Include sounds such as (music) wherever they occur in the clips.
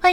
欢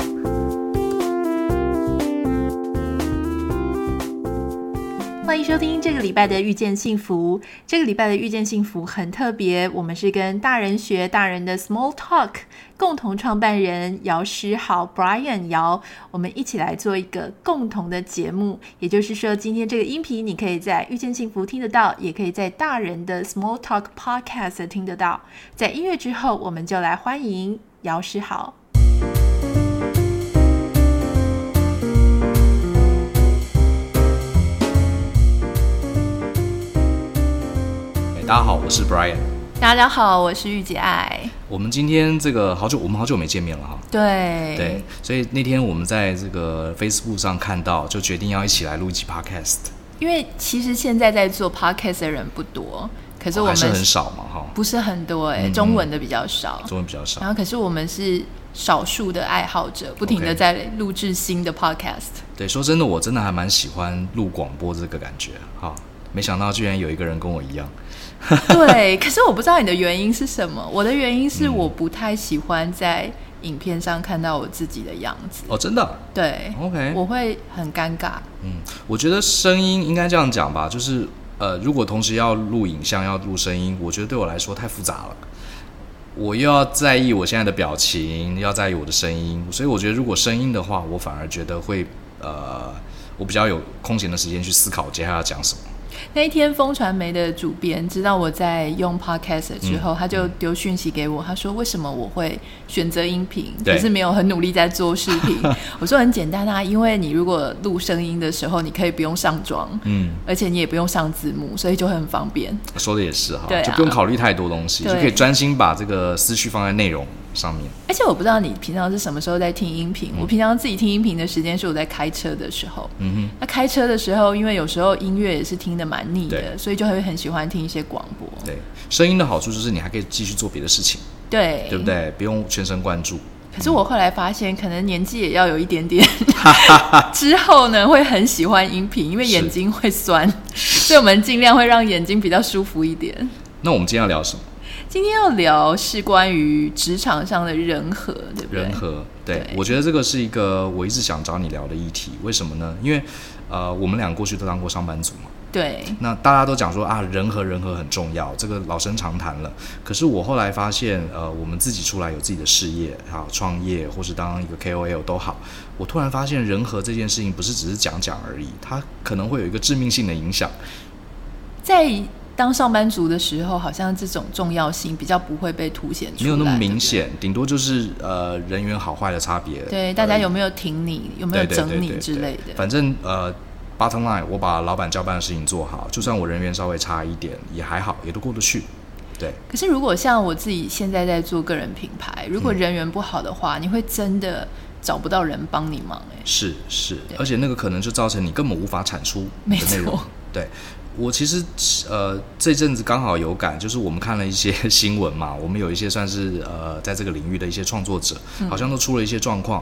欢迎收听这个礼拜的《遇见幸福》。这个礼拜的《遇见幸福》很特别，我们是跟大人学大人的 Small Talk 共同创办人姚诗豪 Brian 姚，我们一起来做一个共同的节目。也就是说，今天这个音频你可以在《遇见幸福》听得到，也可以在大人的 Small Talk Podcast 听得到。在音乐之后，我们就来欢迎姚诗豪。哎大家好，我是 Brian。大家好，我是御姐爱。我们今天这个好久，我们好久没见面了哈。对对，所以那天我们在这个 Facebook 上看到，就决定要一起来录一集 Podcast。因为其实现在在做 podcast 的人不多，可是我哦还们是很少嘛哈，不是很多哎、嗯中文的比较少。中文比较少然。后可是我们是少数的爱好者，不停的 OK 在录制新的 podcast。对，说真的，我真的还蛮喜欢录广播这个感觉哈。没想到居然有一个人跟我一样。对，可是我不知道你的原因是什么。我的原因是我不太喜欢在影片上看到我自己的样子，哦，真的对？OK。我会很尴尬。嗯，我觉得声音应该这样讲吧，就是呃，如果同时要录影像、要录声音，我觉得对我来说太复杂了。我又要在意我现在的表情，又要在意我的声音，所以我觉得如果声音的话，我反而觉得会呃，我比较有空闲的时间去思考接下来要讲什么。那一天，风传媒的主编知道我在用嗯 Podcast 之后，他就丢讯息给我，他说：“为什么我会选择音频，对可是没有很努力在做视 (laughs) 频？”我说：“很简单啊，因为你如果录声音的时候，你可以不用上妆，嗯，而且你也不用上字幕，所以就很方便。说的也是哈，对啊就不用考虑太多东西，就对可以专心把这个思绪放在内容上面。而且我不知道你平常是什么时候在听音频，我平常自己听音频的时间是我在开车的时候。嗯那开车的时候，因为有时候音乐也是听得蛮腻的，对所以就会很喜欢听一些广播。哼，对，声音的好处就是你还可以继续做别的事情，对，对不对？不用全神贯注。可是我后来发现，可能年纪也要有一点 (laughs) 点，之后呢会很喜欢音频，因为眼睛会酸，所以我们尽量会让眼睛比较舒服一点。那我们今天要聊什么？今天要聊是关于职场上的人和，对不对人？和，对对我觉得这个是一个我一直想找你聊的议题。为什么呢？因为呃，我们俩过去都当过上班族嘛，对，那大家都讲说啊，人和人和很重要，这个老生常谈了。可是我后来发现，呃，我们自己出来有自己的事业，还有创业，或是当一个 KOL 都好，我突然发现人和这件事情不是只是讲讲而已，它可能会有一个致命性的影响。在当上班族的时候，好像这种重要性比较不会被凸显出来，没有那么明对显，顶多就是呃人员好坏的差别而不已。对。对，大家有没有挺你，有没有对对对整对你对之类的？反正呃，bottom line，我把老板交办的事情做好，就算我人员稍微差一点，也还好，也都过得去。对，可是如果像我自己现在在做个人品牌，如嗯果人缘不好的话，你会真的找不到人帮你忙哎、是是对，而且那个可能就造成你根本无法产出没的内容错。对，我其实呃这阵子刚好有感，就是我们看了一些 (laughs) 新闻嘛，我们有一些算是呃在这个领域的一些创作者，嗯好像都出了一些状况。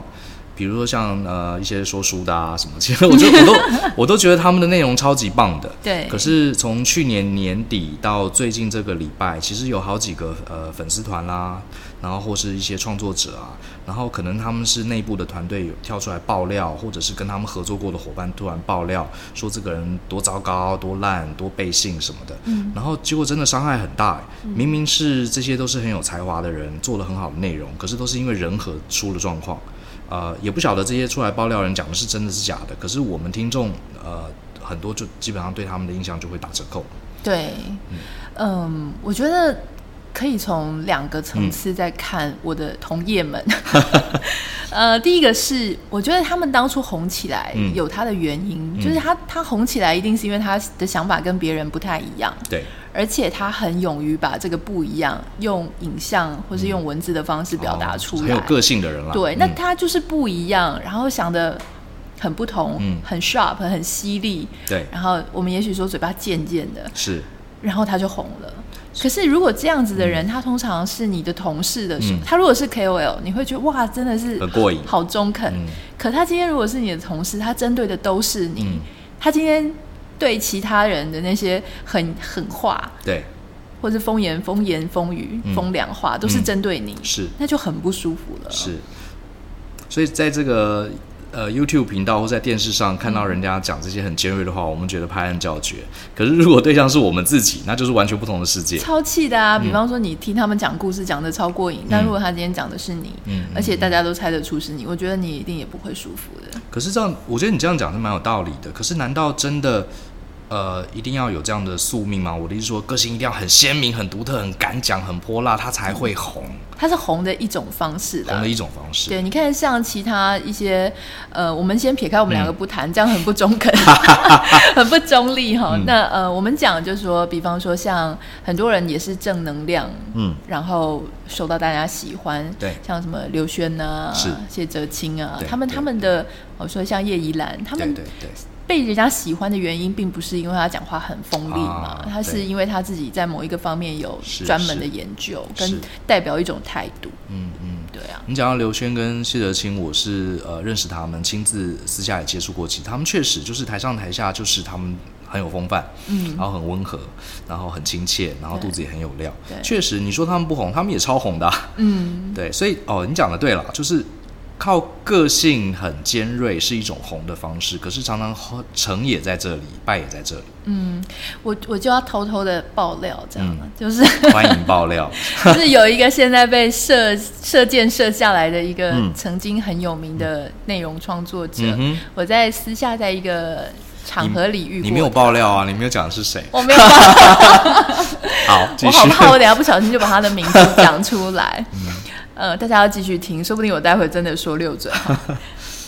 比如说像呃一些说书的啊什么， (laughs) 其实我就我都我都觉得他们的内容超级棒的，对可是从去年年底到最近这个礼拜，其实有好几个呃粉丝团啦，然后或是一些创作者啊，然后可能他们是内部的团队有跳出来爆料，或者是跟他们合作过的伙伴突然爆料说这个人多糟糕、多烂、多背信什么的，嗯，然后结果真的伤害很大、欸明明是这些都是很有才华的人，做了很好的内容，可是都是因为人和出了状况。呃，也不晓得这些出来爆料人讲的是真的是假的，可是我们听众呃很多就基本上对他们的印象就会打折扣。对，嗯，我觉得可以从两个层次在看我的同业 (laughs) 们。呃，第一个是我觉得他们当初红起来嗯有他的原因，就是他他红起来一定是因为他的想法跟别人不太一样，对，而且他很勇于把这个不一样用影像或是用文字的方式表达嗯哦出来，很有个性的人啦。对，嗯那他就是不一样，然后想的很不同，嗯很 sharp，很犀利。对，然后我们也许说嘴巴贱贱的，是然后他就红了。可是如果这样子的人，他通常是你的同事的时候，嗯他如果是 KOL，你会觉得哇，真的是很过瘾好中肯。嗯可他今天如果是你的同事，他针对的都是你，嗯他今天对其他人的那些狠狠话，对，或是风言风言风语、嗯风凉话，都是针对你，是那就很不舒服了。是，所以在这个呃 YouTube 频道或在电视上看到人嗯家讲这些很尖锐的话，我们觉得拍案叫绝。可是如果对象是我们自己，那就是完全不同的世界。超气的嗯啊！比方说，你听他们讲故事讲的超过瘾，但如果他今天讲的是你，嗯而且大家都猜得出是你，我觉得你一定也不会舒服的。可是这样，我觉得你这样讲是蛮有道理的。可是难道真的？呃，一定要有这样的宿命吗？我的意思说，个性一定要很鲜明、很独特、很敢讲、很泼辣，他才会红，它是红的一种方式红啦的。一种方式。嗯对，你看像其他一些，呃，我们先撇开我们两个不谈，这样很不中 (laughs) 肯， (laughs) 很不中立哈。嗯那呃，我们讲就是说，比方说像很多人也是正能量，嗯，然后受到大家喜欢，对像什么刘轩呐、是谢哲青啊对，他们对他们的，我说像叶怡兰，他对们对对，被人家喜欢的原因，并不是因为他讲话很锋利嘛，啊他是对因为他自己在某一个方面有是专门的是研究，是跟代表一种态度，嗯嗯。对啊。你讲到刘轩跟谢哲青，我是呃认识他们，亲自私下也接触过几次，他们确实就是台上台下就是他们很有风范，嗯然后很温和，然后很亲切，然后肚子也很有料对。确实，你说他们不红，他们也超红的啊、嗯，对，所以哦，你讲的对了，就是靠个性很尖锐是一种红的方式，可是常常红成也在这里，败也在这 (laughs) 里。我我就要偷偷的爆料，这样、嗯 (laughs) 就是欢迎爆料，就是有一个现在被射射箭射下来的一个嗯曾经很有名的内容创作者，嗯哼我在私下在一个场合里遇过你没有他爆料啊，你没有讲是谁。我没有爆料，好，继 (laughs) 我续。好怕我等一下不小心就把他的名字讲出来。呃，大家要继续听，说不定我待会真的说六准哈，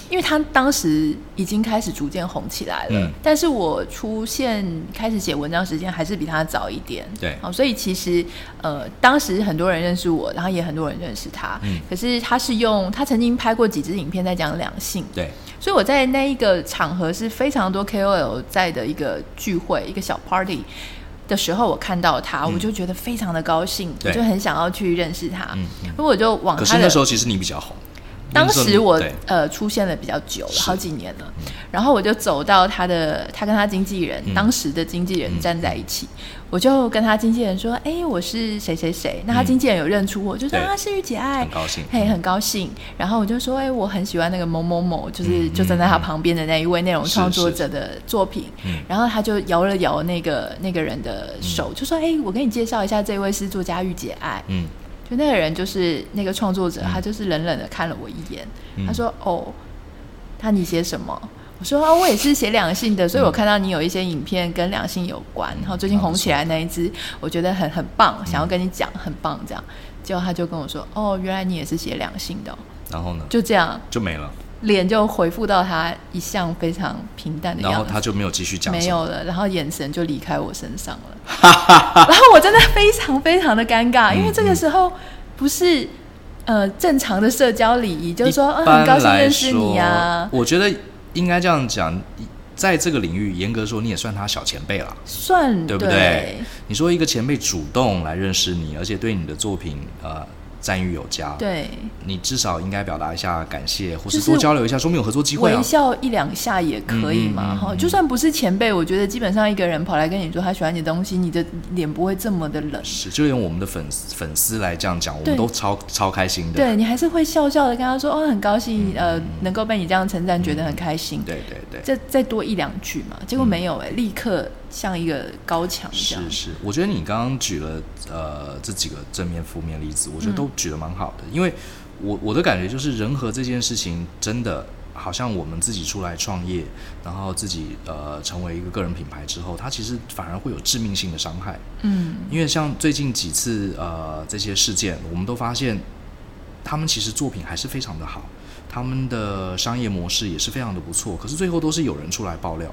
因为他当时已经开始逐渐红起来了。嗯但是我出现开始写文章时间还是比他早一点。对好、所以其实呃，当时很多人认识我，然后也很多人认识他。嗯可是他是用他曾经拍过几支影片在讲两性，对，所以我在那一个场合是非常多 KOL 在的一个聚会，一个小 party 的时候，我看到他，我就觉得非常的高兴，我嗯对就很想要去认识他。嗯嗯所以我就往可他是的那时候其实你比较红。当时我对呃出现了比较久了，是嗯好几年了。然后我就走到他的，他跟他经纪人，当时的经纪人嗯站在一起，我就跟他经纪人说：“哎、我是谁谁谁。”那他经纪人有认出我，就说：“嗯对啊，是玉姐爱。”很高兴嘿，很高兴。然后我就说：“哎、我很喜欢那个某某某，就是嗯就站在他旁边的那一位内容是创作是者的作品。嗯然后他就摇了摇那个那个人的手，就说：“哎、我给你介绍一下，这位是作家玉姐爱。”嗯，就那个人就是那个创作者，他就是冷冷的看了我一眼，嗯他说：“哦，那你写什么？”我说：“啊，我也是写两性的，所嗯以我看到你有一些影片跟两性有关，然后最近哦红起来那一支，我觉得很很嗯棒，想要跟你讲，很棒这样。”结果他就跟我说：“哦，原来你也是写两性的哦、然后呢？就这样，就没了，脸就回复到他一向非常平淡的然后样子他。就没有继续讲，没，有了，然后眼神就离开我身上 (laughs) 了，然后我真的非常非常的尴尬，因为嗯这个时候不是呃正常的社交礼仪，就是说，嗯、一啊，很般高兴来认识说你啊，我觉得应该这样讲，在这个领域，严格说你也算他小前辈了。算对不对你说一个前辈主动来认识你，而且对你的作品呃赞誉有加，对你至少应该表达一下感谢，或就是是多交流一下，说明有合作机会微啊。笑一两下也可以嘛，嗯嗯嗯哈、嗯就算不是前辈，我觉得基本上一个人跑来跟你说他喜欢你的东西，你的脸不会这么的冷，是，就连我们的粉丝粉丝来这样讲，我对们都超超开心的。对你还是会笑笑的跟他说，哦，很高兴，呃，能够被你这样称赞，觉得很开心，对对对，再再多一两句嘛，结果没有哎、立刻像一个高墙这样嗯是。是，我觉得你刚刚举了呃这几个正面、负面例子，我觉嗯得都举得蛮好的，因为我我的感觉就是人和这件事情真的。好像我们自己出来创业，然后自己呃成为一个个人品牌之后，它其实反而会有致命性的伤害。嗯，因为像最近几次呃这些事件，我们都发现他们其实作品还是非常的好，他们的商业模式也是非常的不错，可是最后都是有人出来爆料，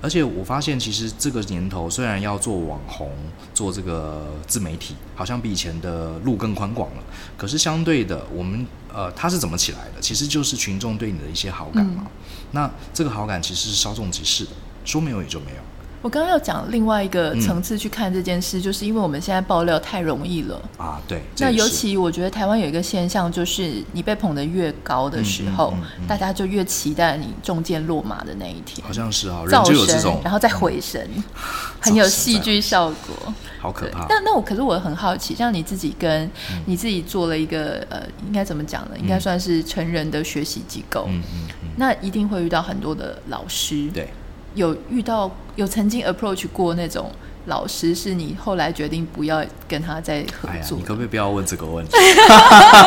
而且我发现，其实这个年头虽然要做网红、做这个自媒体，好像比以前的路更宽广了，可是相对的，我们呃，它是怎么起来的？其实就是群众对你的一些好感嗯嘛。那这个好感其实是稍纵即逝的，说没有也就没有。我刚刚要讲另外一个层次去看这件事，就是因为我们现在爆料太容易了。啊，对，嗯这那也尤是其我觉得台湾有一个现象，就是你被捧得越高的时候，嗯嗯嗯嗯大家就越期待你中箭落马的那一天好，像是啊，人造就有这神种，，然后再回神， (laughs) 很有戏剧效果。嗯好可对怕，。嗯那那我可是我很好奇，像你自己跟、你自己做了一个呃，应该怎么讲呢？应该算是成人的学习机构，嗯嗯嗯，那一定会遇到很多的老师。，对。有遇到有曾经 approach 过那种老师，是你后来决定不要跟他再合哎呀，作你的。可不可以不要问这个 (laughs) 问题？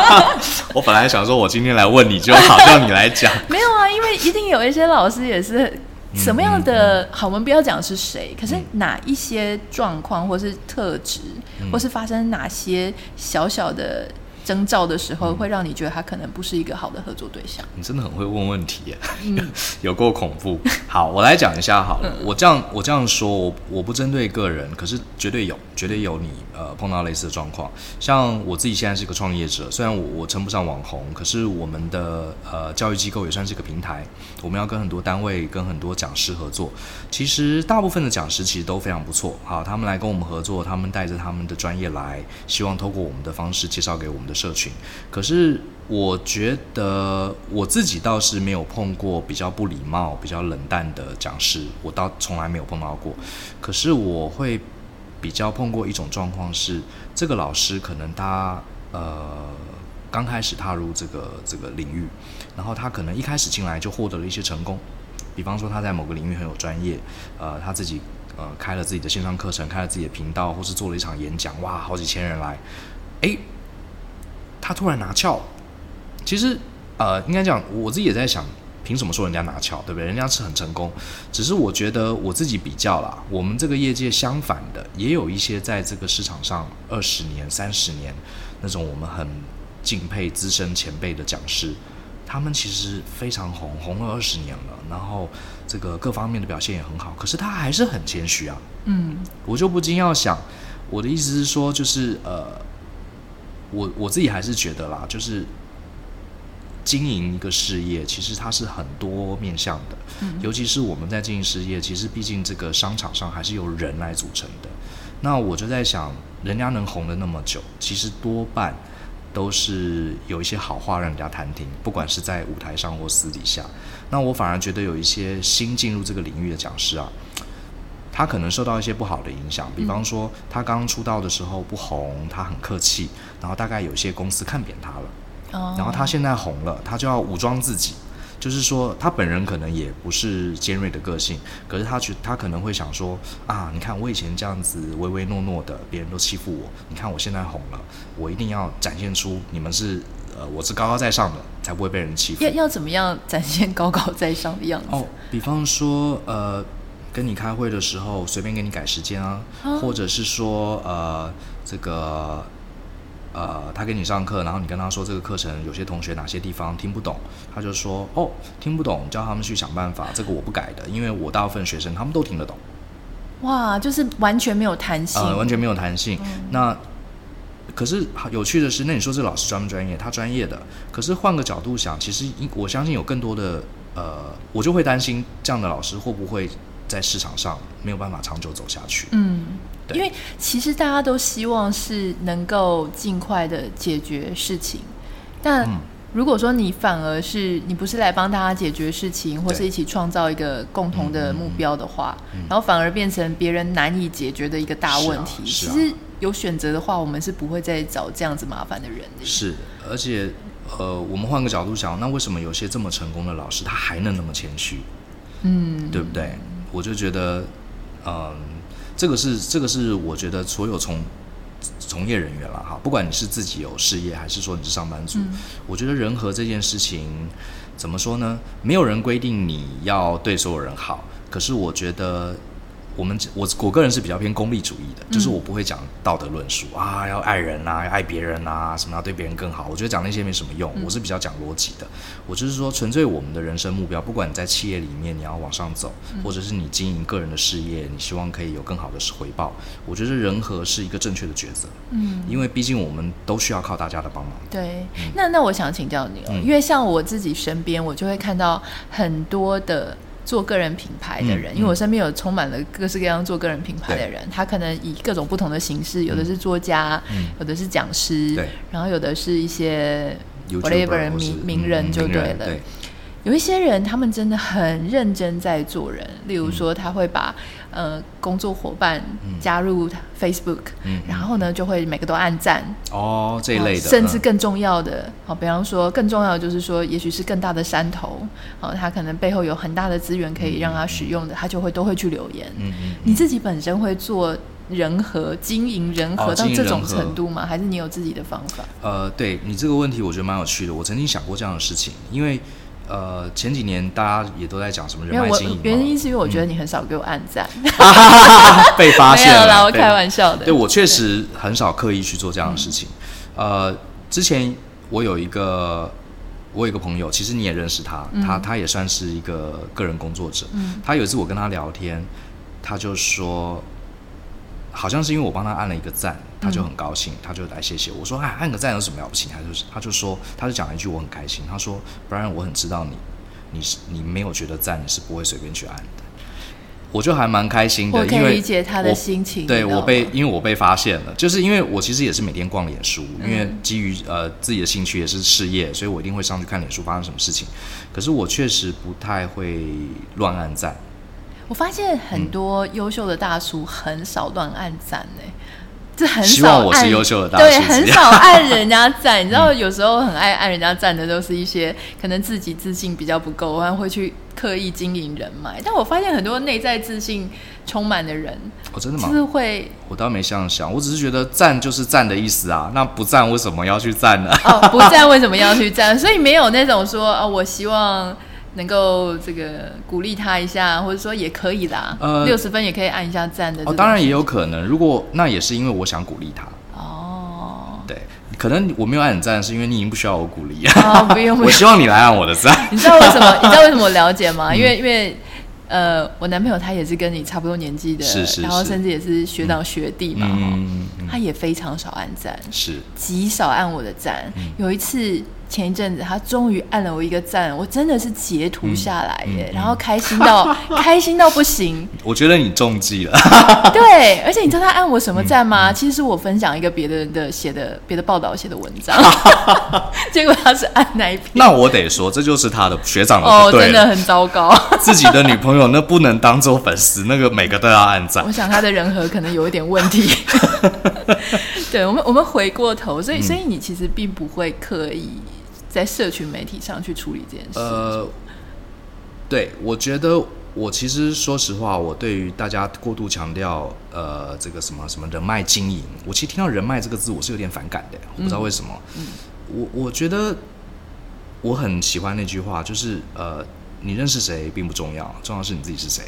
(laughs) 我本来想说，我今天来问你就好，让你来讲。 (laughs) 没有啊，因为一定有一些老师也是嗯什么样的，好，我们不要讲是谁，可是哪一些状况或是特质，嗯或是发生哪些小小的征兆的时嗯候，会让你觉得他可能不是一个好的合作对象。你真的很会问问题耶，嗯 (laughs) 有够恐怖。好，我来讲一下好了。我这样我这样说，我我不针对个人，可是绝对有，绝对有你呃碰到类似的状况。像我自己现在是个创业者，虽然我我称不上网红，可是我们的呃教育机构也算是个平台，我们要跟很多单位、跟很多讲师合作。其实大部分的讲师其实都非常不错，好，他们来跟我们合作，他们带着他们的专业来，希望透过我们的方式介绍给我们的社群。可是我觉得我自己倒是没有碰过比较不礼貌、比较冷淡的讲师，我倒从来没有碰到过。可是我会比较碰过一种状况是，这个老师可能他呃刚开始踏入这个这个领域，然后他可能一开始进来就获得了一些成功，比方说他在某个领域很有专业，呃，他自己呃开了自己的线上课程，开了自己的频道，或是做了一场演讲，哇，好几千人来，诶，他突然拿翘了。其实呃，应该讲我自己也在想，凭什么说人家拿翘，对不对？人家是很成功，只是我觉得我自己比较啦，我们这个业界相反的，也有一些在这个市场上二十年、三十年那种我们很敬佩资深前辈的讲师，他们其实非常红，红了二十年了，然后这个各方面的表现也很好，可是他还是很谦虚啊。嗯，我就不禁要想，我的意思是说，就是呃，我我自己还是觉得啦，就是经营一个事业，其实它是很多面向的，尤其是我们在经营事业，其实毕竟这个商场上还是由人来组成的。那我就在想，人家能红的那么久，其实多半都是有一些好话让人家谈听，不管是在舞台上或私底下。那我反而觉得有一些新进入这个领域的讲师啊，他可能受到一些不好的影响，比方说他刚出道的时候不红，他很客气，然后大概有一些公司看扁他了，哦然后他现在红了，他就要武装自己，就是说他本人可能也不是尖锐的个性，可是他觉他可能会想说啊，你看我以前这样子唯唯诺诺的，别人都欺负我，你看我现在红了，我一定要展现出你们是呃我是高高在上的，才不会被人欺负要。要怎么样展现高高在上的样子？哦，比方说，呃，跟你开会的时候随便给你改时间啊，啊或者是说，呃，这个，呃，他给你上课，然后你跟他说这个课程有些同学哪些地方听不懂，他就说，哦，听不懂，叫他们去想办法，这个我不改的，因为我大部分学生他们都听得懂，哇，就是完全没有弹性，呃，完全没有弹性。那可是有趣的是，那你说这老师专不专业？他专业的，可是换个角度想，其实应我相信有更多的呃，我就会担心这样的老师会不会在市场上没有办法长久走下去。嗯，对因为其实大家都希望是能够尽快的解决事情，但嗯如果说你反而是你不是来帮大家解决事情，或是对一起创造一个共同的目标的话，嗯然后反而变成别人难以解决的一个大问题。是啊是啊其实有选择的话，我们是不会再找这样子麻烦的人的。是，而且呃，我们换个角度想，那为什么有些这么成功的老师，他还能那么谦虚？嗯，对不对？我就觉得，嗯，这个是这个是我觉得所有从从业人员了哈，不管你是自己有事业，还是说你是上班族，我觉得人和这件事情怎么说呢？没有人规定你要对所有人好，可是我觉得我们我我个人是比较偏功利主嗯义的，就是我不会讲道德论述、啊，要爱人啊，要爱别人啊，什么要对别人更好。我觉得讲那些没什么用，嗯我是比较讲逻辑的。我就是说，纯粹我们的人生目标，不管你在企业里面你要往上走，嗯或者是你经营个人的事业，你希望可以有更好的回报，我觉得人和是一个正确的抉择，嗯，因为毕竟我们都需要靠大家的帮忙。对，那那我想请教你哦，嗯因为像我自己身边，我就会看到很多的做个人品牌的人，嗯因为我嗯身边有充满了各式各样做个人品牌的对人，他可能以各种不同的形式，有的是作家，嗯有的是讲师对，然后有的是一些 YouTuber whatever 或是名名人嗯就名对人了对，有一些人，他们真的很认真在做人，例如说他会把、呃工作伙伴嗯加入 Facebook，、嗯然后呢就会每个都按赞，哦这一类的，甚至嗯更重要的，好，比方说更重要的就是说，也许是更大的山头，哦，他可能背后有很大的资源可以让他使用的，他就会都会去留言。嗯嗯你自己本身会做人和经营人和哦到经营这人种和程度吗？还是你有自己的方法？呃，对你这个问题，我觉得蛮有趣的。我曾经想过这样的事情，因为呃前几年大家也都在讲什么人因为脉我经营嘛，哦原因是因为我觉得你很少给我按赞， (laughs) 被发 (laughs) 没现有了。啦，我被开玩笑的。对我确实很少刻意去做这样的事情。嗯呃，之前我有一个我有一个朋友，其实你也认识他，他他也算是一个个人工作者。嗯他有一次我跟他聊天，他就说，好像是因为我帮他按了一个赞，他嗯就很高兴，他就来谢谢我说，哎，按个赞有什么了不起？他就是他就说，他就讲了一句我很开心，他说，不然我很知道你，你是你没有觉得赞，你是不会随便去按的。我就还蛮开心我的，可因以为理解他的我心情你对知道我被吗，因为我被发现了，就是因为我其实也是每天逛脸书，嗯因为基于呃自己的兴趣也是事业，所以我一定会上去看脸书发生什么事情。可是我确实不太会乱按赞，我发现很多优秀的大叔很少乱按赞呢、这很希少望我按是优秀的大叔嗯对，之一很少按人家赞。你知道，有时候很爱按人家赞的，都是一些可能自己自信比较不够，然后会去刻意经营人脉。但我发现很多内在自信充满的人，我、哦真的就吗？是会我倒没这样想，我只是觉得赞就是赞的意思啊，那不赞为什么要去赞 (laughs) 呢？哦不赞，为什么要去赞？所以没有那种说哦，我希望。能够这个鼓励他一下，或者说也可以啦，呃六十分也可以按一下赞的这哦，种。当然也有可能，如果那也是因为我想鼓励他，哦，对，可能我没有按你赞，是因为你已经不需要我鼓 (laughs) 励，哦，不用不我用。希望你来按我的赞。你知道为什 (laughs) 么？你知道为什么我了解嗯吗？因为因为呃，我男朋友他也是跟你差不多年纪的，是是然后是甚至也是学长学弟嘛，哈、嗯，他也非常少按赞，是，极少按我的赞。嗯有一次前一阵子，他终于按了我一个赞，我真的是截图下来嗯耶，然后开心 (laughs) 到开心到不行。我觉得你中计了。 (laughs) 对，而且你知道他按我什么赞嗯吗？其实是我分享一个别的人的写的别的报道写的文 (laughs) 章， (laughs) 结果他是按那一篇，那我得说，这就是他的学长的哦，不对真的 (laughs) 了。很糟糕。自己的女朋友那不能当做粉丝，那个每个都要按赞 (laughs) 我。想他的人和可能有一点问 (laughs) 题。对我们，我们回过头，嗯所以，所以你其实并不会刻意在社群媒体上去处理这件事。呃，对，我觉得我其实说实话，我对于大家过度强调呃这个什么什么人脉经营，我其实听到人脉这个字，我是有点反感的，我不知道为什么。我我觉得我很喜欢那句话，就是呃，你认识谁并不重要，重要是你自己是谁。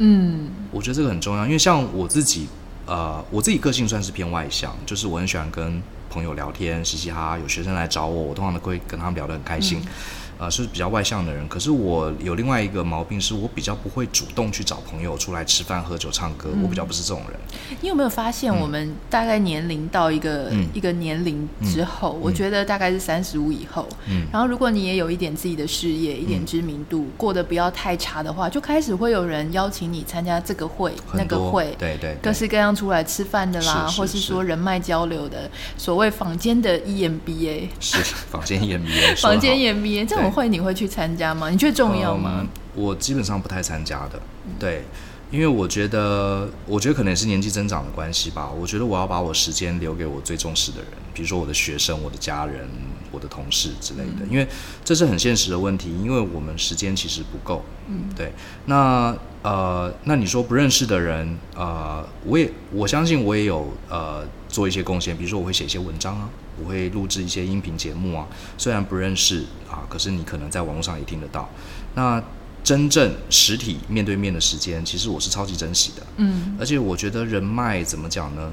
嗯我觉得这个很重要，因为像我自己，呃，我自己个性算是偏外向，就是我很喜欢跟朋友聊天，嘻嘻哈哈。有学生来找我，我通常都会跟他们聊得很开心，嗯呃，是比较外向的人。可是我有另外一个毛病，是我比较不会主动去找朋友出来吃饭、喝酒、唱歌，我比较嗯不是这种人。你有没有发现，我们大概年龄到一个、嗯一个年龄之后，我觉得大概是三十五以后，嗯然后如果你也有一点自己的事业、一点知名度，过得不要太差的话，就开始会有人邀请你参加这个会、那很个多会，对对各对，式各样出来吃饭的啦，是是或是是说人脉交流的，所谓坊间的 EMBA、是房 (laughs) 间 EMBA，说得坊间好 EMBA 这种对会你会去参加吗？你觉得重要吗嗯嗯？？我基本上不太参加的，对，因为我觉得，我觉得可能也是年纪增长的关系吧。我觉得我要把我时间留给我最重视的人，比如说我的学生、我的家人、我的同事之类嗯的，因为这是很现实的问题，因为我们时间其实不够。嗯，对。那呃，那你说不认识的人，呃，我也我相信我也有呃做一些贡献，比如说我会写一些文章啊，我会录制一些音频节目啊，虽然不认识啊，可是你可能在网络上也听得到。那真正实体面对面的时间，其实我是超级珍惜的。嗯，而且我觉得人脉怎么讲呢？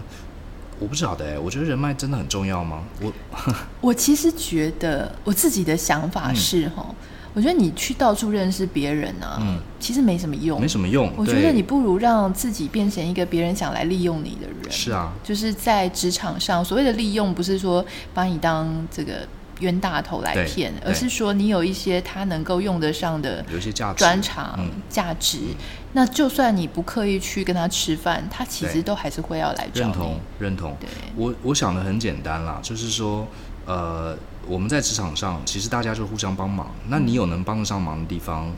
我不晓得哎、我觉得人脉真的很重要吗？我我其实觉得我自己的想法是哈、我觉得你去到处认识别人啊，嗯其实没什么用没。什么用。哦我觉对得你不如让自己变成一个别人想来利用你的人。是啊，就是在职场上，所谓的利用，不是说把你当这个冤大头来对骗，对而是说你有一些他能够用得上的有一些价值专长嗯、价值。那就算你不刻意去跟他吃饭，他其实对都还是会要来找认你。同认同。对，我我想的很简单啦，就是说，呃，我们在职场上，其实大家就互相帮忙。那你有能帮得上忙的地方，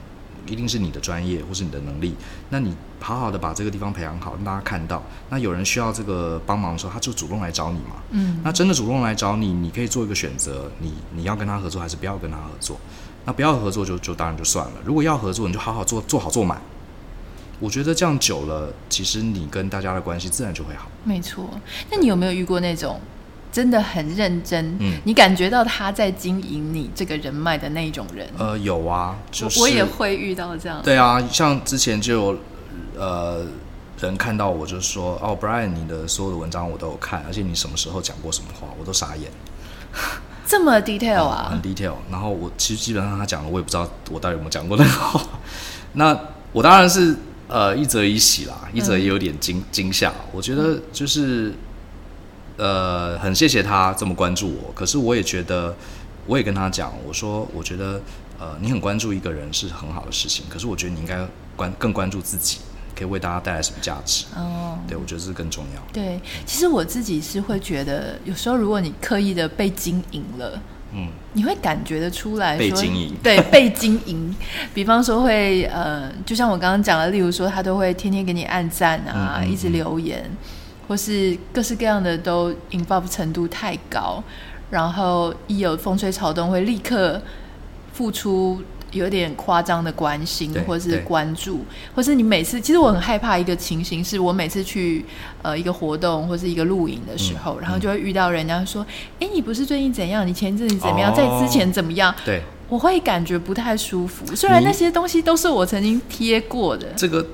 一定是你的专业或是你的能力。那你好好的把这个地方培养好，让大家看到。那有人需要这个帮忙的时候，他就主动来找你嘛。嗯，那真的主动来找你，你可以做一个选择，你你要跟他合作还是不要跟他合作？那不要合作就就当然就算了。如果要合作，你就好好做做好做满。我觉得这样久了，其实你跟大家的关系自然就会好。没错。那你有没有遇过那种真的很认真，嗯你感觉到他在经营你这个人脉的那一种人？呃，有啊，就是我我也会遇到这样。对啊，像之前就有呃人看到我就说，哦，Brian，你的所有的文章我都有看，而且你什么时候讲过什么话，我都傻眼，这么 detail 嗯啊很，detail。然后我其实基本上他讲的，我也不知道我到底有没有讲过那个话。 (laughs) 那我当然是呃一则以喜啦，一则也有点惊惊吓。我觉得就是呃很谢谢他这么关注我，可是我也觉得我也跟他讲，我说我觉得呃你很关注一个人是很好的事情，可是我觉得你应该关更关注自己，可以为大家带来什么价值。哦。对，我觉得这是更重要。对，其实我自己是会觉得，有时候如果你刻意的被经营了，嗯，你会感觉得出来被说经营对，被经营。 (laughs) 比方说会呃，就像我刚刚讲的，例如说他都会天天给你按赞啊，嗯嗯一直留言，或是各式各样的都 involve 程度太高，然后一有风吹草动会立刻付出。有点夸张的关心对，或是对关注，或是你每次，其实我很害怕一个情形，是我每次去呃一个活动或是一个露营的时候，嗯然后就会遇到人家说，哎、你不是最近怎样？你前阵子怎么样？哦在之前怎么样？对。我会感觉不太舒服。虽然你那些东西都是我曾经贴过的，这个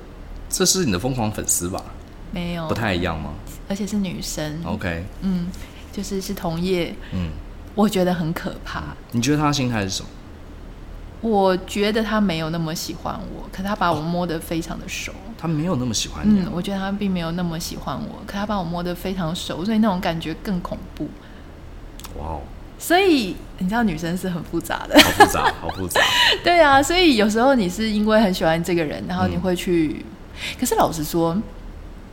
这是你的疯狂粉丝吧？没有不，太一哦样吗而且是女生， ？OK，嗯，就是是同业，嗯，我觉得很可怕。你觉得他的心态是什么？我觉得他没有那么喜欢我，可他把我摸得非常的熟。他没有那么喜欢你啊、嗯，我觉得他并没有那么喜欢我，可他把我摸得非常熟，所以那种感觉更恐怖。嗯哇哦，所以你知道，女生是很复杂的。好复杂， (laughs) 好复杂。 (laughs) 对啊，所以有时候你是因为很喜欢这个人，然后你嗯会去。可是老实说，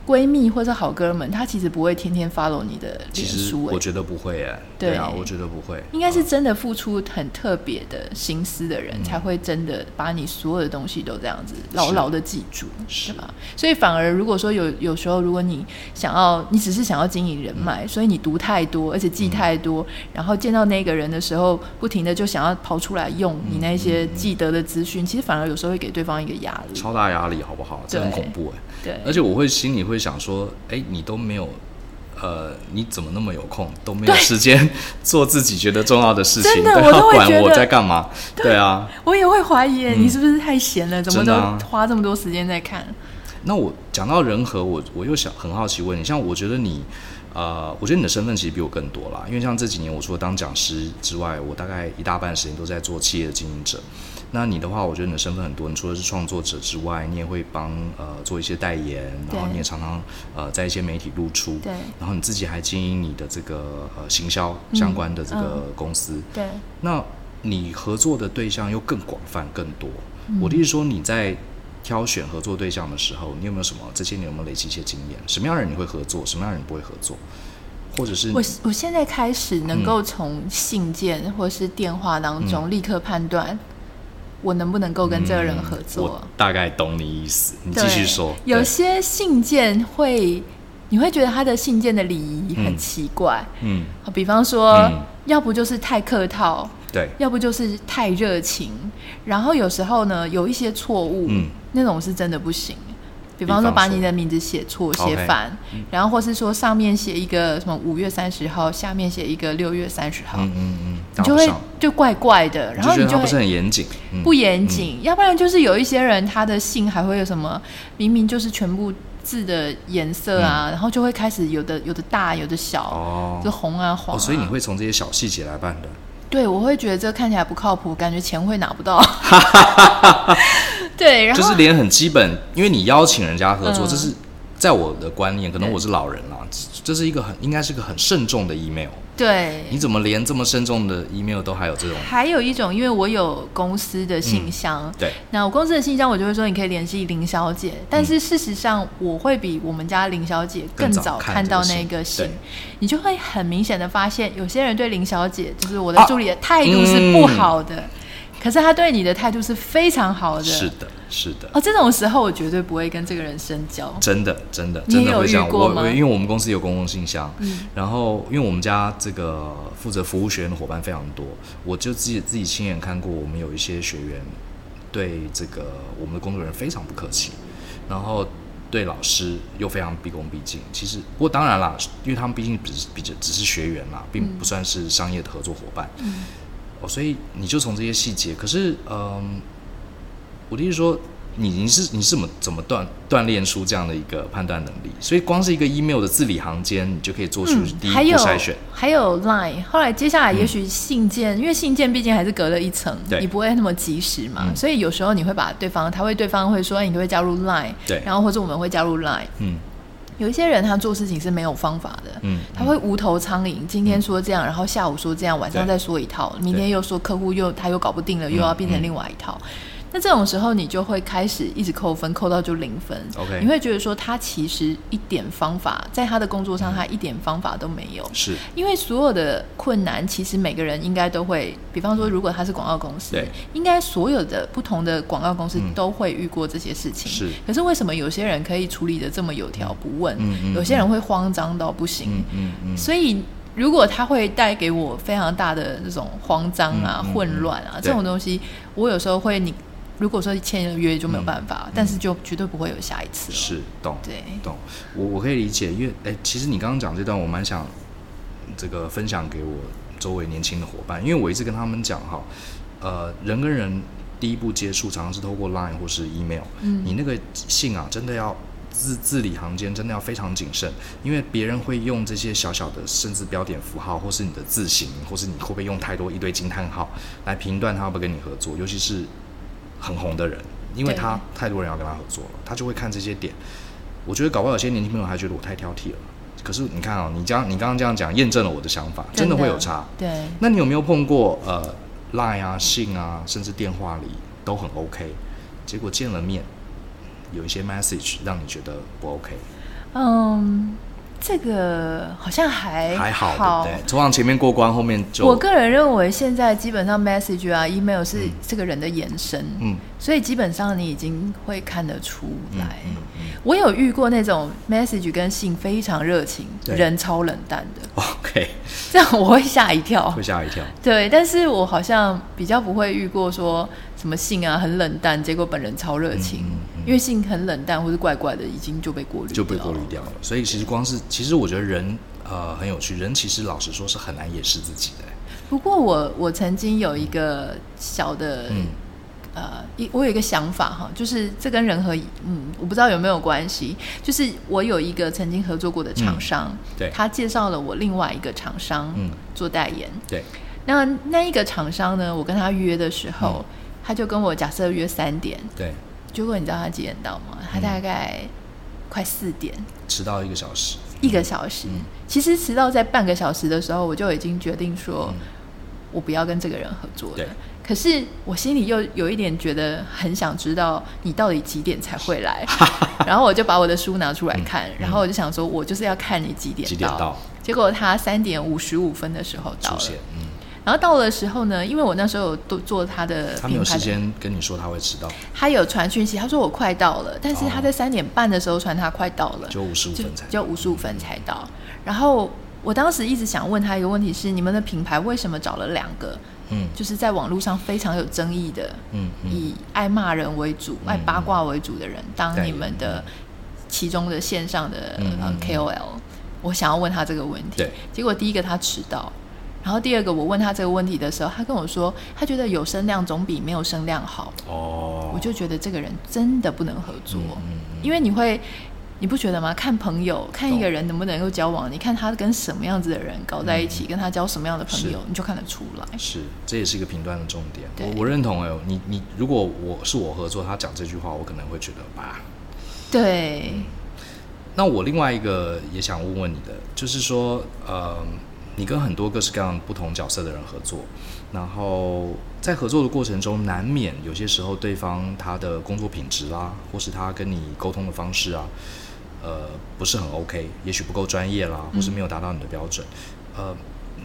闺蜜或者好哥们，他其实不会天天 follow 你的其脸实书、我欸，觉得不会哎，对对啊，我觉得不会，应该是真的付出很特别的心思的人，嗯才会真的把你所有的东西都这样子牢牢的记住，是对吧？所以反而如果说有有时候，如果你想要，你只是想要经营人嗯脉，所以你读太多，而且记太多，然后见到那个人的时候，不停的就想要刨出来用嗯你那些记得的资讯，其实反而有时候会给对方一个压力。超大压力，好不好？这很对恐怖哎。对，而且我会心里会想说，哎，你都没有。呃，你怎么那么有空，都没有时间 (laughs) 做自己觉得重要的事情，真的都我要都会觉管我得在干嘛？对啊，我也会怀疑、你是不是太闲了，怎么嗯真都的啊花这么多时间在看？那我讲到人和，我我又想很好奇问你，像我觉得你，呃，我觉得你的身份其实比我更多啦，因为像这几年我除了当讲师之外，我大概一大半时间都在做企业的经营者。那你的话，我觉得你的身份很多，你除了是创作者之外，你也会帮呃做一些代言，然后对你也常常呃在一些媒体露出，对然后你自己还经营你的这个呃行销嗯相关的这个公司，对。那你合作的对象又更广泛、更多。嗯我的意思说，你在挑选合作对象的时候，你有没有什么这些年有没有累积一些经验？什么样的人你会合作，什么样的人不会合作，或者是我我现在开始能嗯够从信件或是电话当中立刻判断我能不能够跟这个人合嗯作我。大概懂你意思，你对继续说。有对些信件会，你会觉得他的信件的礼仪很奇怪，嗯，好比方说，嗯要不就是太客套，对，要不就是太热情，然后有时候呢，有一些错误，嗯那种是真的不行。比方说比方把说你的名字写错、 OK，写反，嗯然后或是说上面写一个什么五月三十号，下面写一个六月三十号，嗯嗯嗯，你搭就不会上，就怪怪的，然后你你就觉得就他不是会很严谨，嗯不严谨，要不然就是有一些人他的姓还会有什么，明明就是全部字的颜色啊，然后就会开始有的有的大，有的小，嗯哦就红啊黄哦，啊，所以你会从这些小细节来判断。对，我会觉得这看起来不靠谱，感觉钱会拿不 (laughs) 到。对，然后就是连很基本，因为你邀请人家合作，嗯这是在我的观念，可能对我是老人啦，这这是一个很应该是个很慎重的 email。对，你怎么连这么慎重的 email 都还有这种？还有一种，因为我有公司的信箱，对，那我公司的信箱我就会说你可以联系林小姐，但是事实上我会比我们家林小姐更更早早看看这到个那信个信对，你就会很明显的发现，有些人对林小姐，就是我的啊助理的态度是不好的，可是他对你的态度是非常好的。嗯是的，是的，哦，这种时候我绝对不会跟这个人深交。真的，真的，你真也的有会这样。遇过我吗嗯我因为我们公司有公共信箱，然后因为我们家这个负责服务学员的伙伴非常多，我就自己自己亲眼看过，我们有一些学员对这个我们的工作人员非常不客气，然后对老师又非常毕恭毕敬。其实，不过当然啦，因为他们毕竟只是比较只是学员啦，并嗯不算是商业的合作伙伴，哦，所以你就从这些细节。可是，嗯，我的意思说，你你是你是怎么怎么锻锻炼出这样的一个判断能力？所以，光是一个 email 的字里行间，你就可以做出第一嗯还步有筛选。嗯还有 Line，后来接下来也许信件，因为信件毕竟还是隔了一层，对你不会那么及时嘛，嗯所以有时候你会把对方，他会对方会说，哎，你可不可以加入 Line？对然后或者我们会加入 Line。嗯有一些人他做事情是没有方法的，嗯，他会无头苍蝇，今天说这样，然后下午说这样，晚上对嗯再说一套，明天又说客户又他又搞不定了，又要变成另外一套。那这种时候，你就会开始一直扣分，扣到就零分。 OK 你会觉得说他其实一点方法，在他的工作嗯上他一点方法都没有。是因为所有的困难，其实每个人应该都会，比方说，如果他是广告公司嗯对，嗯应该所有的不同的广告公司都会遇过这些事情。是可是为什么有些人可以处理的这么有条不紊，嗯嗯有些人会慌张到不行嗯？嗯嗯，所以，如果他会带给我非常大的这种慌张啊、嗯嗯嗯混乱啊对这种东西，我有时候会你。如果说签了约就没有办嗯法，但是就绝对不会有下一次了。是懂。对，懂，我我可以理解，因为哎、其实你刚刚讲这段，我蛮想这个分享给我周围年轻的伙伴，因为我一直跟他们讲哈，呃，人跟人第一步接触常常是透过 Line 或是 email，、嗯你那个信啊，真的要。字字里行间真的要非常谨慎，因为别人会用这些小小的，甚至标点符号，或是你的字形，或是你会不会用太多一堆惊叹号来评断他要不要跟你合作，尤其是很红的人，因为对他太多人要跟他合作了，他就会看这些点。我觉得搞不好有些年轻朋友还觉得我太挑剔了。可是你看啊、你这样你刚刚这样讲，验证了我的想法，真的会有差。对，那你有没有碰过呃，Line 啊、信啊，甚至电话里都很 OK，结果见了面，有一些 message 让你觉得不 OK，嗯，这个好像还还好对不对？通常前面过关，后面就哎我个人认为，现在基本上 message 啊、email 是这个人的延伸，嗯所以基本上你已经会看得出来。嗯嗯 (laughs) 我有遇过那种 message 跟信非常热情，对人超冷淡的， OK (laughs) 这样我会吓一跳会。吓我一跳。对，但是我好像比较不会遇过说什么信啊很冷淡，结果本人超热情，嗯嗯嗯因为信很冷淡或是怪怪的，已经就被过滤就被掉过滤了掉了。所以其实光是，其实我觉得人呃很有趣，人其实老实说是很难掩饰自己的、不过我我曾经有一个小的、嗯呃，一我有一个想法哈，就是这跟人和嗯，我不知道有没有关系，就是我有一个曾经合作过的厂商，嗯对他介绍了我另外一个厂商嗯，做代言。对，那那一个厂商呢，我跟他约的时候，嗯他就跟我假设约三点，对，结果你知道他几点到嗯吗？他大概快四点，迟到一个小时，一个小时。嗯其实迟到在半个小时的时候，我就已经决定说，嗯我不要跟这个人合作了对。可是我心里又有一点觉得很想知道你到底几点才会 (laughs) 来，然后我就把我的书拿出来看，然后我就想说，我就是要看你几点嗯几点到结果他三点五十五分的时候到出了，现，嗯，然后到了的时候呢，因为我那时候有都做他的他没品有牌事呃的先跟你说他会迟到，他有传讯息，他说我快到了，但是他在三点半的时候传他快到了，哦就55就分才就五十五分才到。然后我当时一直想问他一个问题是：你们的品牌为什么找了两个嗯就是在网络上非常有争议的，嗯嗯，以爱骂人为主、爱八卦为主的人当对你们的其中的线上的、嗯呃嗯嗯 KOL？我想要问他这个问题对，结果第一个他迟到，然后第二个我问他这个问题的时候，他跟我说他觉得有声量总比没有声量好，哦我，就觉得这个人真的不能合作，嗯嗯因为你会。你不觉得吗？看朋友，看一个人能不能够交往，你看他跟什么样子的人搞在一嗯起，跟他交什么样的朋友，你就看得出来。是，这也是一个评断的重点。对我我认同哎、你你如果我是我合作，他讲这句话，我可能会觉得吧。对，那我另外一个也想问问你的，就是说，呃，你跟很多各式各样不同角色的人合作，然后在合作的过程中，难免有些时候对方他的工作品质啦，或是他跟你沟通的方式啊，呃，不是很 OK，也许不够专业啦，或是没有达到你的标准，呃，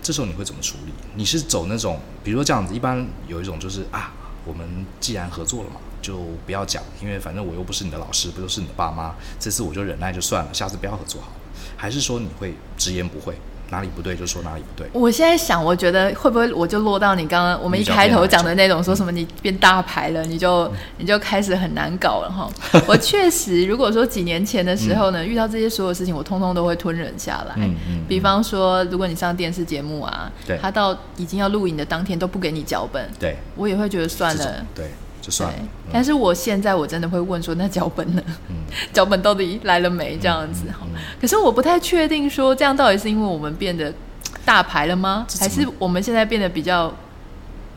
这时候你会怎么处理？你是走那种，比如说这样子，一般有一种就是啊，我们既然合作了嘛，就不要讲，因为反正我又不是你的老师，不就是你的爸妈，这次我就忍耐就算了，下次不要合作好了。还是说你会直言不讳，哪里不对就说哪里不对？我现在想，我觉得会不会我就落到你刚刚我们一开头讲的那种，说什么你变大牌了，你就 (laughs) 你就开始很难搞了 (laughs) 哈。我确实，如果说几年前的时候呢，遇到这些所有事情，我通通都会吞忍下来。嗯嗯比方说，如果你上电视节目啊对，他到已经要录影的当天都不给你脚本，对，我也会觉得算这种了。对，嗯就对算了。，但是我现在我真的会问说，那脚本呢？嗯 (laughs) 脚本到底来了没？这样子哈。可是我不太确定说，这样到底是因为我们变得大牌了吗？这还怎么是我们现在变得比较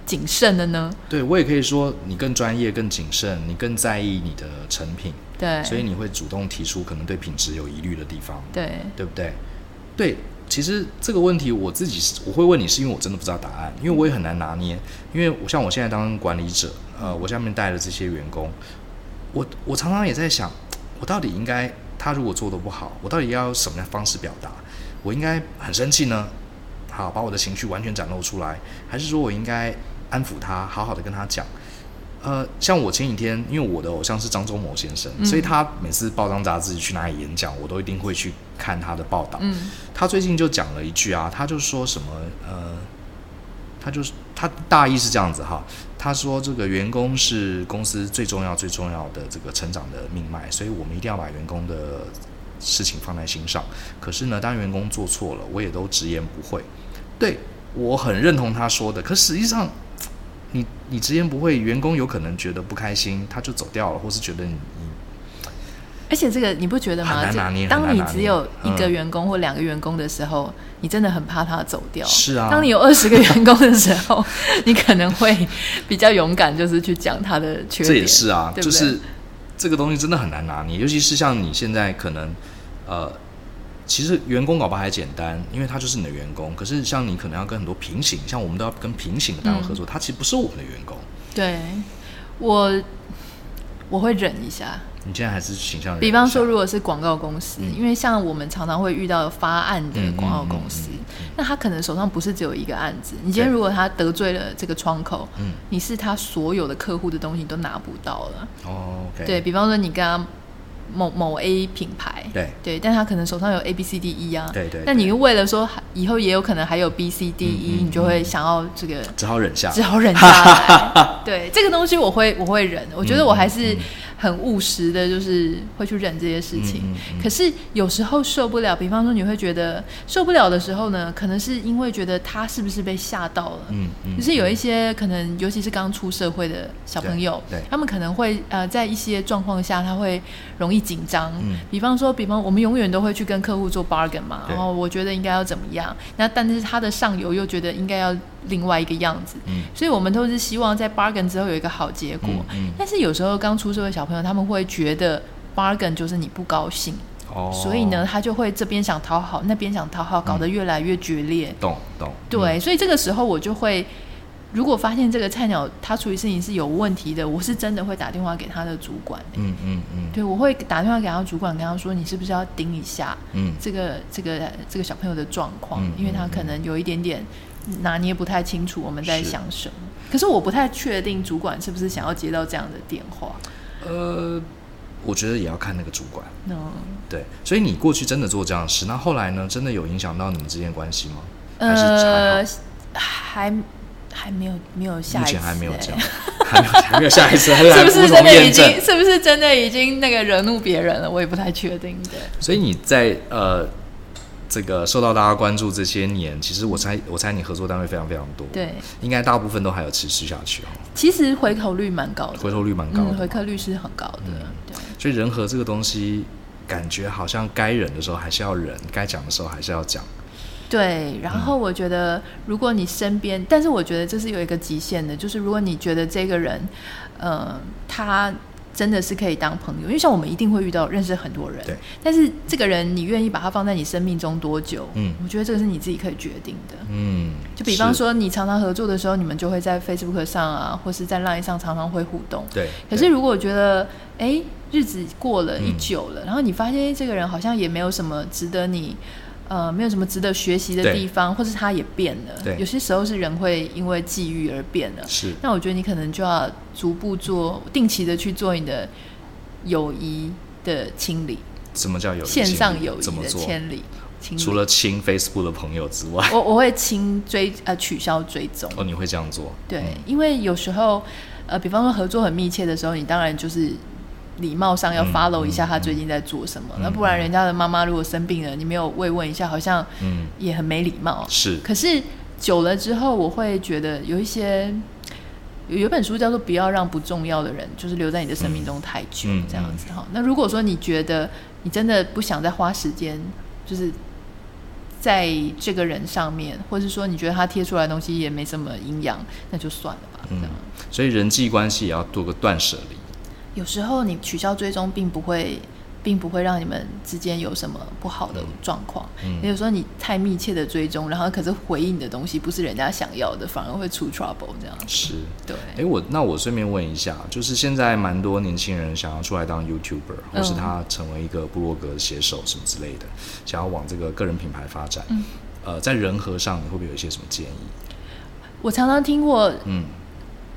谨慎了呢？对我也可以说，你更专业、更谨慎，你更在意你的成品，对，所以你会主动提出可能对品质有疑虑的地方。对对不对？对，其实这个问题我自己是我会问你，是因为我真的不知道答案，因为我也很难拿捏。因为我像我现在当管理者，呃，我下面带的这些员工，我我常常也在想，我到底应该他如果做的不好，我到底要用什么样的方式表达？我应该很生气呢，好把我的情绪完全展露出来，还是说我应该安抚他，好好的跟他讲？呃，像我前几天，因为我的偶像是张忠谋先生，所以他每次报章杂志去哪里演讲，我都一定会去看他的报道。嗯他最近就讲了一句啊，他就说什么呃，他就是他大意是这样子哈，他说这个员工是公司最重要最重要的这个成长的命脉，所以我们一定要把员工的事情放在心上。可是呢，当员工做错了，我也都直言不讳。对我很认同他说的，可实际上。你你直言不讳，员工有可能觉得不开心，他就走掉了，或是觉得你你而且这个你不觉得吗？很难这拿捏很当难你拿只捏有一个嗯员工或两个员工的时候，你真的很怕他走掉。是啊当你有二十个员工的时候， (laughs) 你可能会比较勇敢，就是去讲他的缺点。这也是啊，对不就对是这个东西真的很难拿捏，尤其是像你现在可能，呃，其实员工搞不好还简单，因为他就是你的员工。可是像你可能要跟很多平行，像我们都要跟平行的单位合作，他其实不是我们的员工。对我，我会忍一下。你现在还是倾向于比方说，人家，如果是广告公司，因为像我们常常会遇到发案的嗯嗯嗯广告公司，那他可能手上不是只有一个案子。你今天对如果他得罪了这个窗口，嗯你是他所有的客户的东西你都拿不到了。哦，OK，对比方说，你跟他某某 A 品牌，对但他可能手上有 A B C D E 啊，对对那对你为了说以后也有可能还有 B C D E，、嗯嗯你就会想要这个只好忍下。只好忍下 (laughs) 来。对这个东西，我会我会忍，我觉得我还嗯是很务实的，就是会去忍这些事情。嗯嗯嗯可是有时候受不了，比方说你会觉得受不了的时候呢，可能是因为觉得他是不是被吓到了。嗯嗯，就是有一些可能，尤其是刚出社会的小朋友对对，他们可能会呃，在一些状况下，他会容易紧张。嗯比方说，比方我们永远都会去跟客户做 bargain 嘛，对然后我觉得应该要怎么样，那但是他的上游又觉得应该要另外一个样子，嗯所以我们都是希望在 bargain 之后有一个好结果。嗯嗯但是有时候刚出社会小朋友，他们会觉得 bargain 就是你不高兴，哦，所以呢，，他就会这边想讨好，那边想讨好，搞得越来越决裂。懂懂，对，所以这个时候我就会，如果发现这个菜鸟他处理事情是有问题的，我是真的会打电话给他的主管、欸嗯嗯嗯对，我会打电话给他主管，跟他说你是不是要盯一下嗯，这个这个这个小朋友的状况、嗯因为他可能有一点点拿捏不太清楚我们在想什么。可是我不太确定主管是不是想要接到这样的电话。呃，我觉得也要看那个主管。嗯，对，所以你过去真的做这样的事，那后来呢，真的有影响到你们之间的关系吗？还是还呃好？，还还没有没有下一目次、前还没有 (laughs) 这样欸，还没有还没有下一次，(laughs) 还是不无是从真的已验经证。是不是真的已经那个惹怒别人了？我也不太确定对。所以你在呃这个受到大家关注这些年，其实我猜我猜你合作单位非常非常多，，对，应该大部分都还有持续下去哦，其实回头率蛮高的，回头率蛮高嗯，的回嘛。客率是很高的。嗯对，所以人和这个东西，感觉好像该忍的时候还是要忍，该讲的时候还是要讲。对，然嗯后我觉得，如果你身边，但是我觉得这是有一个极限的，就是如果你觉得这个人，呃，他真的是可以当朋友，因为像我们一定会遇到认识很多人，对，但是这个人你愿意把他放在你生命中多久，嗯我觉得这个是你自己可以决定的。嗯，就比方是，说，你常常合作的时候，你们就会在 Facebook 上啊，或是在 Line 上常常会互动。对，可对是如果觉得诶日子过了嗯一久了，然后你发现哎诶这个人好像也没有什么值得你呃没有什么值得学习的对地方，或是他也变了对，有些时候是人会因为际遇而变了。是那我觉得你可能就要逐步做，定期的去做你的友谊的清理，什么叫友谊线清上理友谊怎么的做？清理。清理除了清 Facebook 的朋友之外，我我会清追呃取消追踪，哦，你会这样做？对嗯，因为有时候，呃，比方说合作很密切的时候，你当然就是礼貌上要嗯 follow 一下嗯他最近在做什么，嗯那不然人家的妈妈如果生病了，你没有慰问一下，好像嗯，也很没礼貌。是，可是久了之后，我会觉得有一些。有有本书叫做《不要让不重要的人就是留在你的生命中太久》嗯嗯这样子哈。那如果说你觉得你真的不想再花时间，就是在这个人上面，或者是说你觉得他贴出来的东西也没什么营养，那就算了吧。这嗯样，所以人际关系也要做个断舍离。有时候你取消追踪，并不会，并不会让你们之间有什么不好的状况。嗯也有时候你太密切的追踪，然后可是回应的东西不是人家想要的，反而会出 trouble 这样。是，对，哎，我那我顺便问一下，就是现在蛮多年轻人想要出来当 YouTuber，或嗯是他成为一个部落格写手什么之类的，想要往这个个人品牌发展。嗯呃，在人和上你会不会有一些什么建议？我常常听过嗯，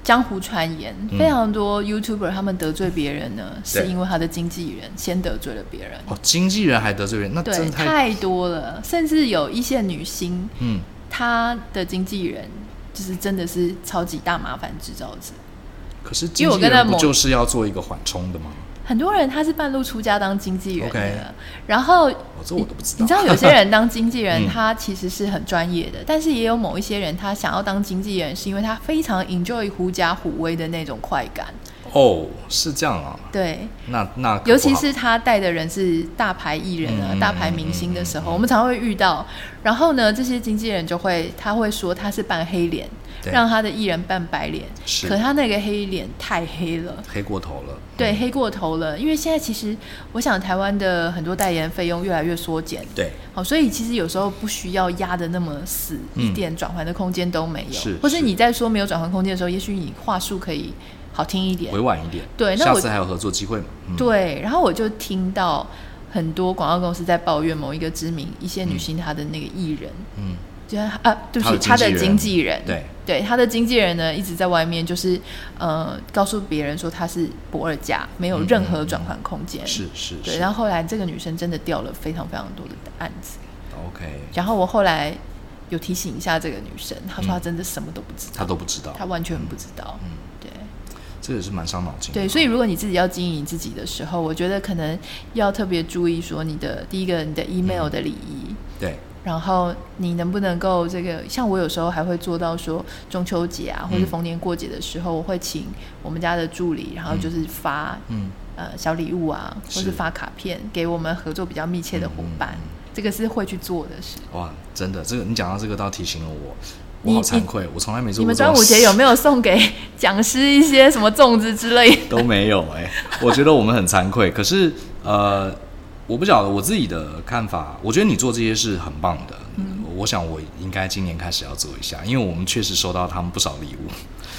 江湖传言，嗯非常多 YouTuber 他们得罪别人呢，是对因为他的经纪人先得罪了别人。哦，经纪人还得罪人，那真对，的太……太多了，甚至有一线女星，嗯，她的经纪人就是真的是超级大麻烦制造者。可是因经为我纪跟他人不某就是要做一个缓冲的吗？很多人他是半路出家当经纪人的 OK 然后哦，这我都不知道。你知道有些人当经纪人，嗯他其实是很专业的，但是也有某一些人，他想要当经纪人，是因为他非常 enjoy 狐假虎威的那种快感。哦，是这样啊，对，那那可尤不其好是他带的人是大牌艺人啊、嗯大牌明星的时候，我们常常会遇到。然后呢，这些经纪人就会他会说他是扮黑脸，对让他的艺人扮白脸，是可他那个黑脸太黑了。黑过头了。对，黑过头了，因为现在其实我想台湾的很多代言费用越来越缩减，对，好，所以其实有时候不需要压的那么死，嗯一点转换的空间都没有，是或是是你在说没有转换空间的时候，也许你话术可以好听一点委，婉一点。对那下我次还有合作机会嘛？嗯，对，然后我就听到很多广告公司在抱怨某一个知名一线女星她的那个艺人，嗯，就是她啊，对不起，她她的的经经纪纪人，对，对，她的经纪人呢一直在外面就是呃告诉别人说她是不二价，没有嗯任嗯何嗯转换空间，是是对，是。然后后来这个女生真的掉了非常非常多的案子， OK，然后我后来有提醒一下这个女生，她说她真的什么都不知道，他都不知道她，完全不知道，嗯对。这也是蛮伤脑筋的。对，所以如果你自己要经营自己的时候，我觉得可能要特别注意说你的第一个你的嗯 email 的礼仪，对，然后你能不能够这个，像我有时候还会做到说中秋节啊，或是嗯逢年过节的时候，我会请我们家的助理，然后就是发、嗯，呃小礼物啊，或是是发卡片给我们合作比较密切的伙伴，嗯这个是会去做的事。哇，真的，这个你讲到这个倒提醒了我，你我好惭愧，我从来没做你过们这端种午节事有没有送给讲师一些什么粽子之类的？都没有哎、我觉得我们很惭愧。可是呃，我不晓得我自己的看法，我觉得你做这些是很棒的。嗯我想我应该今年开始要做一下，因为我们确实收到他们不少礼物。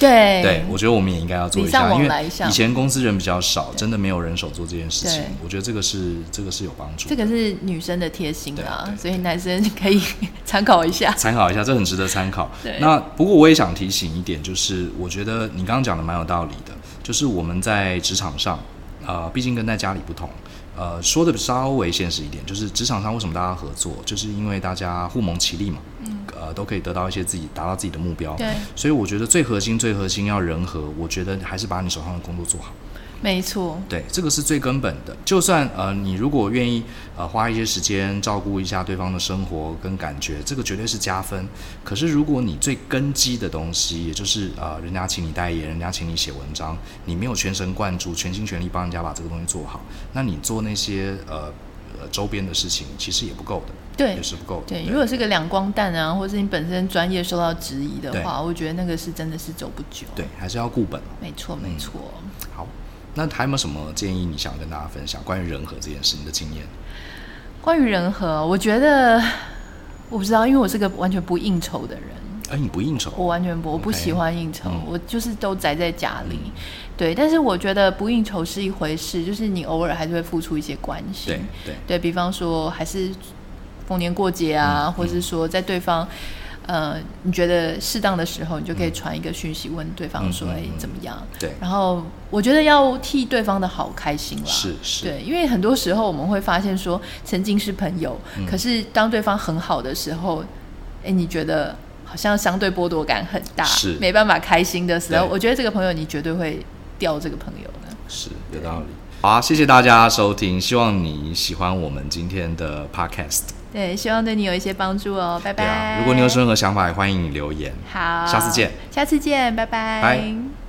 对 (laughs) 对，我觉得我们也应该要做一礼尚下，往因来为一下以前公司人比较少，真的没有人手做这件事情对。我觉得这个是这个是有帮助这。个是女生的贴心啊对，对所以男生可以 (laughs) 参考一下。参考一下，这很值得参考对。那不过我也想提醒一点，就是我觉得你刚刚讲的蛮有道理的，就是我们在职场上，呃，毕竟跟在家里不同，呃，说的稍微现实一点，就是职场上为什么大家合作，就是因为大家互谋其力嘛，嗯，呃，都可以得到一些自己达到自己的目标。对，所以我觉得最核心、最核心要人和，我觉得还是把你手上的工作做好。没错，对，这个是最根本的。就算呃，你如果愿意呃花一些时间照顾一下对方的生活跟感觉，这个绝对是加分。可是如果你最根基的东西，也就是呃，人家请你代言，人家请你写文章，你没有全神贯注、全心全力帮人家把这个东西做好，那你做那些呃呃周边的事情，其实也不够的，对也，是不够的。对，如果是个两光蛋啊，或是你本身专业受到质疑的话，我觉得那个是真的是走不久。对，嗯还是要固本。没错，没错。好，那还有没有什么建议你想跟大家分享关于人和这件事你的经验？关于人和，我觉得我不知道，因为我是个完全不应酬的人，哎，你不应酬，我完全不，我不 OK 喜欢应酬嗯我就是都宅在家里。对，但是我觉得不应酬是一回事，就是你偶尔还是会付出一些关心对。对。对比方说，还是逢年过节啊，嗯或是说在对方呃你觉得适当的时候，你就可以传一个讯息问对方说：“嗯嗯嗯哎、嗯怎么样？”对然后我觉得要替对方的好开心啦。是是，对，因为很多时候我们会发现说，曾经是朋友，嗯可是当对方很好的时候，哎、你觉得好像相对剥夺感很大，是没办法开心的时候，对我觉得这个朋友你绝对会掉这个朋友的。是有道理。好啊，谢谢大家收听，希望你喜欢我们今天的 podcast。对，希望对你有一些帮助哦，拜对啊拜。啊，如果你有任何想法，也欢迎你留言。好，下次见，下次见，拜拜。拜